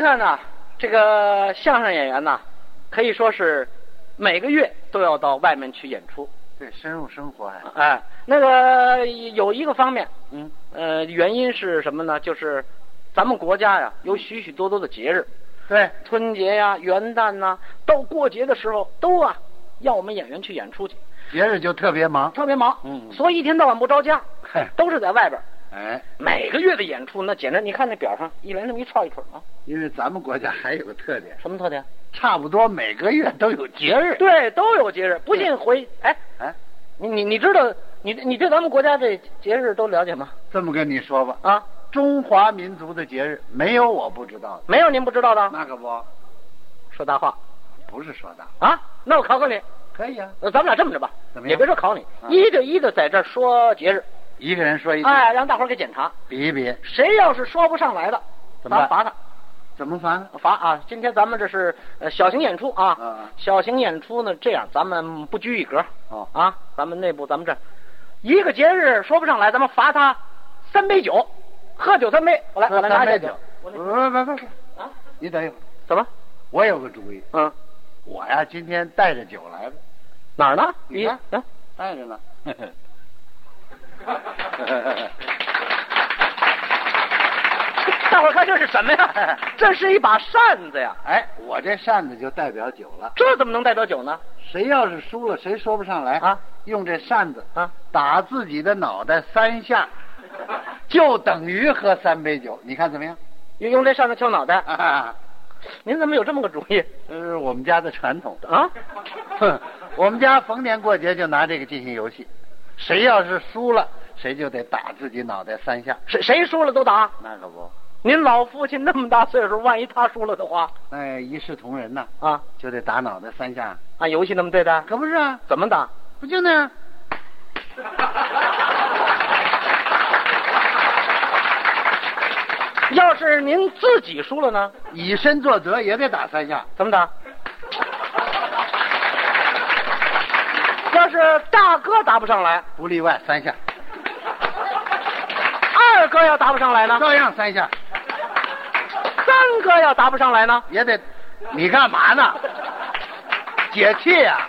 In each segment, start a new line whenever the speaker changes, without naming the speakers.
上呢，这个相声演员呢，可以说是每个月都要到外面去演出。
对，深入生活呀、
哎，那个有一个方面，
嗯，
呃，原因是什么呢？就是咱们国家呀，有许许多多的节日，
对，
春节呀、元旦呐、到过节的时候都啊，要我们演员去演出去，
节日就特别忙。
特别忙，
嗯
所以一天到晚不着家
嗨，
都是在外边儿。
哎，
每个月的演出，那简直，你看那表上一连这么一串一捆啊，
因为咱们国家还有个特点，
什么特点？
差不多每个月都有节 日。，
对，都有节日，不信回哎，
哎，
你你你知道你你对咱们国家这节日都了解吗？
这么跟你说吧，
啊，
中华民族的节日没有我不知道的。
没有您不知道的，
那可不，
说大话
不是说的，
啊！那我考考你，
可以啊，
呃咱们俩这么着吧，
怎么样
也别说考你，
啊
一个一个在这儿说节日，
一个人说一句，
哎，让大伙儿给检查，
比一比，
谁要是说不上来的，
怎么
咱
办
罚他。
怎么翻？
罚啊！今天咱们这是呃小型演出啊，
嗯
小型演出呢，这样咱们不拘一格
哦
啊，咱们内部咱们这一个节日说不上来，咱们罚他三杯酒，喝酒三杯。我来，我来拿
三
一下
杯
酒
酒。
我
不
来
不不不不，
啊，
你等一会儿，
怎么？
我有个主意，
嗯，
我呀今天带着酒来的，
哪儿呢？
你看
啊
带 着呢。
大伙儿看这是什么 呀？这是一把扇子呀！
哎，我这扇子就代表酒了。
这怎么能代表酒呢？
谁要是输了，谁说不上来
啊？
用这扇子
啊，
打自己的脑袋三 下，就等于喝三杯酒。你看怎么样？
用用这扇子敲脑袋。
啊，
您怎么有这么个主意
这是我们家的传统。
啊？
哼，我们家逢年过节就拿这个进行游戏，谁要是输了，谁就得打自己脑袋三下。
谁谁输了都打。
那可不，
您老父亲那么大岁数，万一他输了的话
那一视同仁呐，
啊，
就得打脑袋三下。
按游戏那么对待，
可不是啊，
怎么打？
不就那样？
要是您自己输了呢？
以身作则也得打三下。
怎么打？要是大哥答不上来，
不例外，三下，
二哥要答不上来呢，
照样三下，
三哥要答不上来呢，
也得。你干嘛呢？解气呀、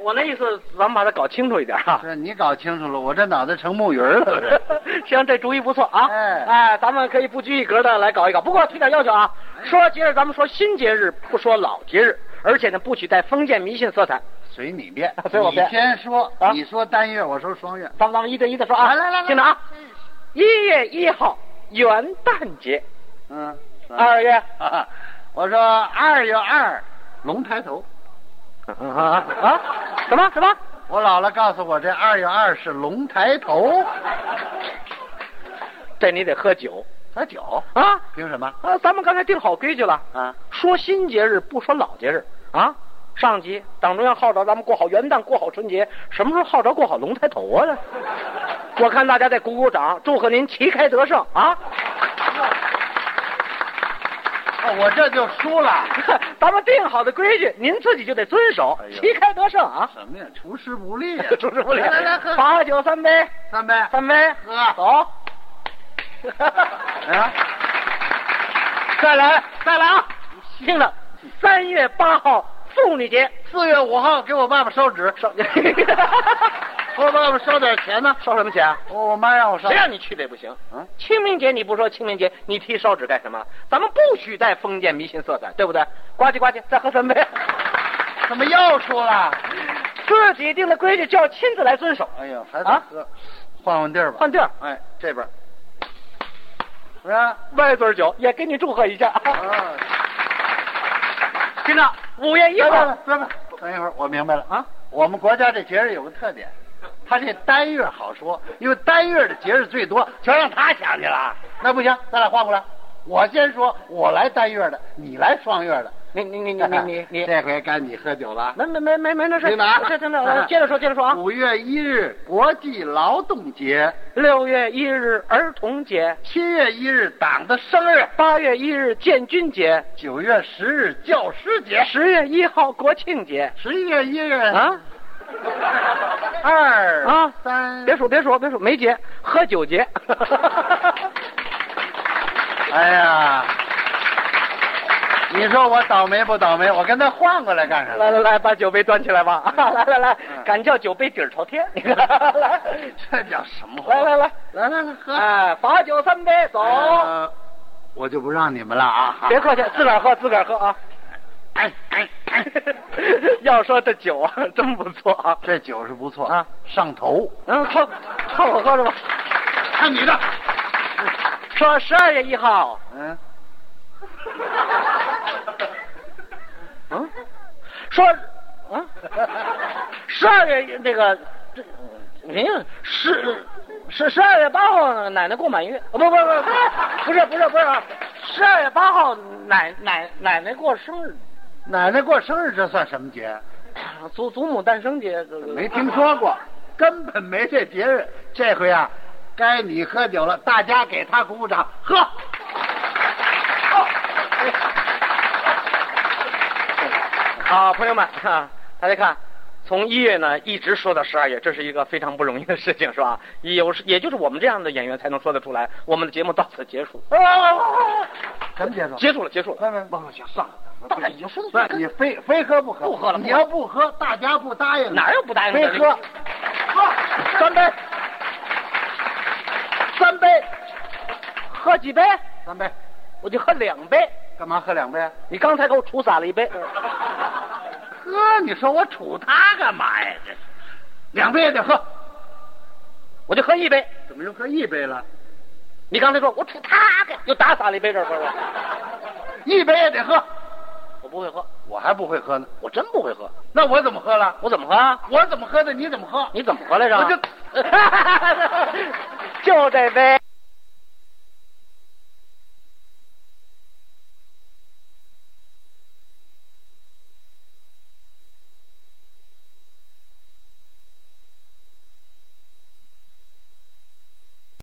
我那意思，咱们把它搞清楚一点啊。
这你搞清楚了，我这脑袋成木鱼儿了。 这
行，这主意不错啊！
哎
哎，咱们可以不拘一格的来搞一搞，不过提点要求啊，说节日咱们说新节日，不说老节日，而且呢不许带封建迷信色彩。，
随你便
啊随我便
你先说，
啊
你说单月，我说双月。
咱们咱们一对一的说啊，
来来来来
听着啊，一月一号元旦节，
嗯，
二月，
啊，我说二月二，龙抬头。
啊啊，什么什么？
我姥姥告诉我，这二月二是龙抬头。
这你得喝酒
喝酒？
啊！
凭什么？
啊，咱们刚才定好规矩了，
啊，
说新节日不说老节日啊。上集党中央号召咱们过好元旦，过好春节，什么时候号召过好龙抬头啊？ 这，我看大家得鼓鼓掌，祝贺您旗开得胜啊！
哦我这就输了。
咱们定好的规矩，您自己就得遵守
哎，呦
旗开得胜啊！！
什么呀？厨师不利呀
主持不了，
来来来，喝
罚酒三杯，
三杯。
三杯，
喝
走。
啊，
再来，再来啊！听着，三月八号妇女节，
四月五号给我爸爸烧纸，
收，
给我爸爸烧点钱呢。
烧什么钱啊？
我我妈让我烧
谁。让你去的也不行。
嗯，
清明节你不说清明节，你提烧纸干什么？咱们不许带封建迷信色彩，对不对？呱唧呱唧，再喝三杯。
怎么又输了？
自己定的规矩就要亲自来遵守。
哎呀，还
啊
得喝，换换地儿 吧。
换地儿，
哎，这边儿，是吧？
歪嘴酒也给你祝贺一下。
啊，
嗯听着， 五月一
别
号
了，别了，等一会儿，我明白了
啊。
我们国家这节日有个特点，它这单月好说，因为单月的节日最多，全让他想去了啊。那不行，咱俩换过来，我先说，我来单月的，你来双月的。
你你 你你你你你，
这回该你喝酒了。
没没没没没那事。
听着啊
这听着， 我接着说接着说啊。
五月一日国际劳动节，
六月一日儿童节，
七月一日党的生日，
八月一日建军节，
九月十日教师节，嗯
十月一号国庆节。
十一月一日
啊，
二
啊
三
别数别数别数，没节，喝酒节。
哎呀，你说我倒霉不倒霉？我跟他换过来干什 么？
来来来，把酒杯端起来吧！ 啊来来来，敢叫酒杯底儿朝天！你 看，来
这叫什么话？
来来来，
来来来，喝。
哎，罚酒三杯，走！
呃我就不让你们了啊！
别客气，自个儿喝，自个儿喝啊！
哎哎哎，
要说这酒啊，真不错啊！
这酒是不错
啊，
上头。
嗯，靠，靠我喝着吧。
看你的，
说十二月一号，
嗯，
嗯，说，嗯，十二月那个，这，您十十十二月八号奶奶过满月，啊不不不，不是不是不是啊，十二月八号奶奶奶奶过生日，
奶奶过生日这算什么节？
祖祖母诞生节，这个
没听说过，根本没这节日。这回啊，该你喝酒了，大家给他鼓鼓掌，喝。
啊，朋友们啊，大家看，从一月呢一直说到十二月，这是一个非常不容易的事情，是吧？有时也就是我们这样的演员才能说得出来。我们的节目到此结束，
什么节奏？
结束了，结束了。
喂喂，不不行，算哎了，
到这已经说到
不是你非非喝不喝？
不喝了
你要不喝，大家不答应。
哪有不答应
非
的？
喝，喝三杯，
三杯，喝几杯？
三杯，
我就喝两杯。
干嘛喝两杯啊？
你刚才给我杵洒了一杯，
喝，你说我杵他干嘛呀？这是两杯也得喝，
我就喝一杯。
怎么又喝一杯了？
你刚才说我杵他个，又打洒了一杯这儿喝我，
一杯也得喝，
我不会喝，
我还不会喝呢，
我真不会喝，
那我怎么喝了？
我怎么喝啊？
我怎么喝的？你怎么喝？
你怎么喝来着？
我就
就这杯。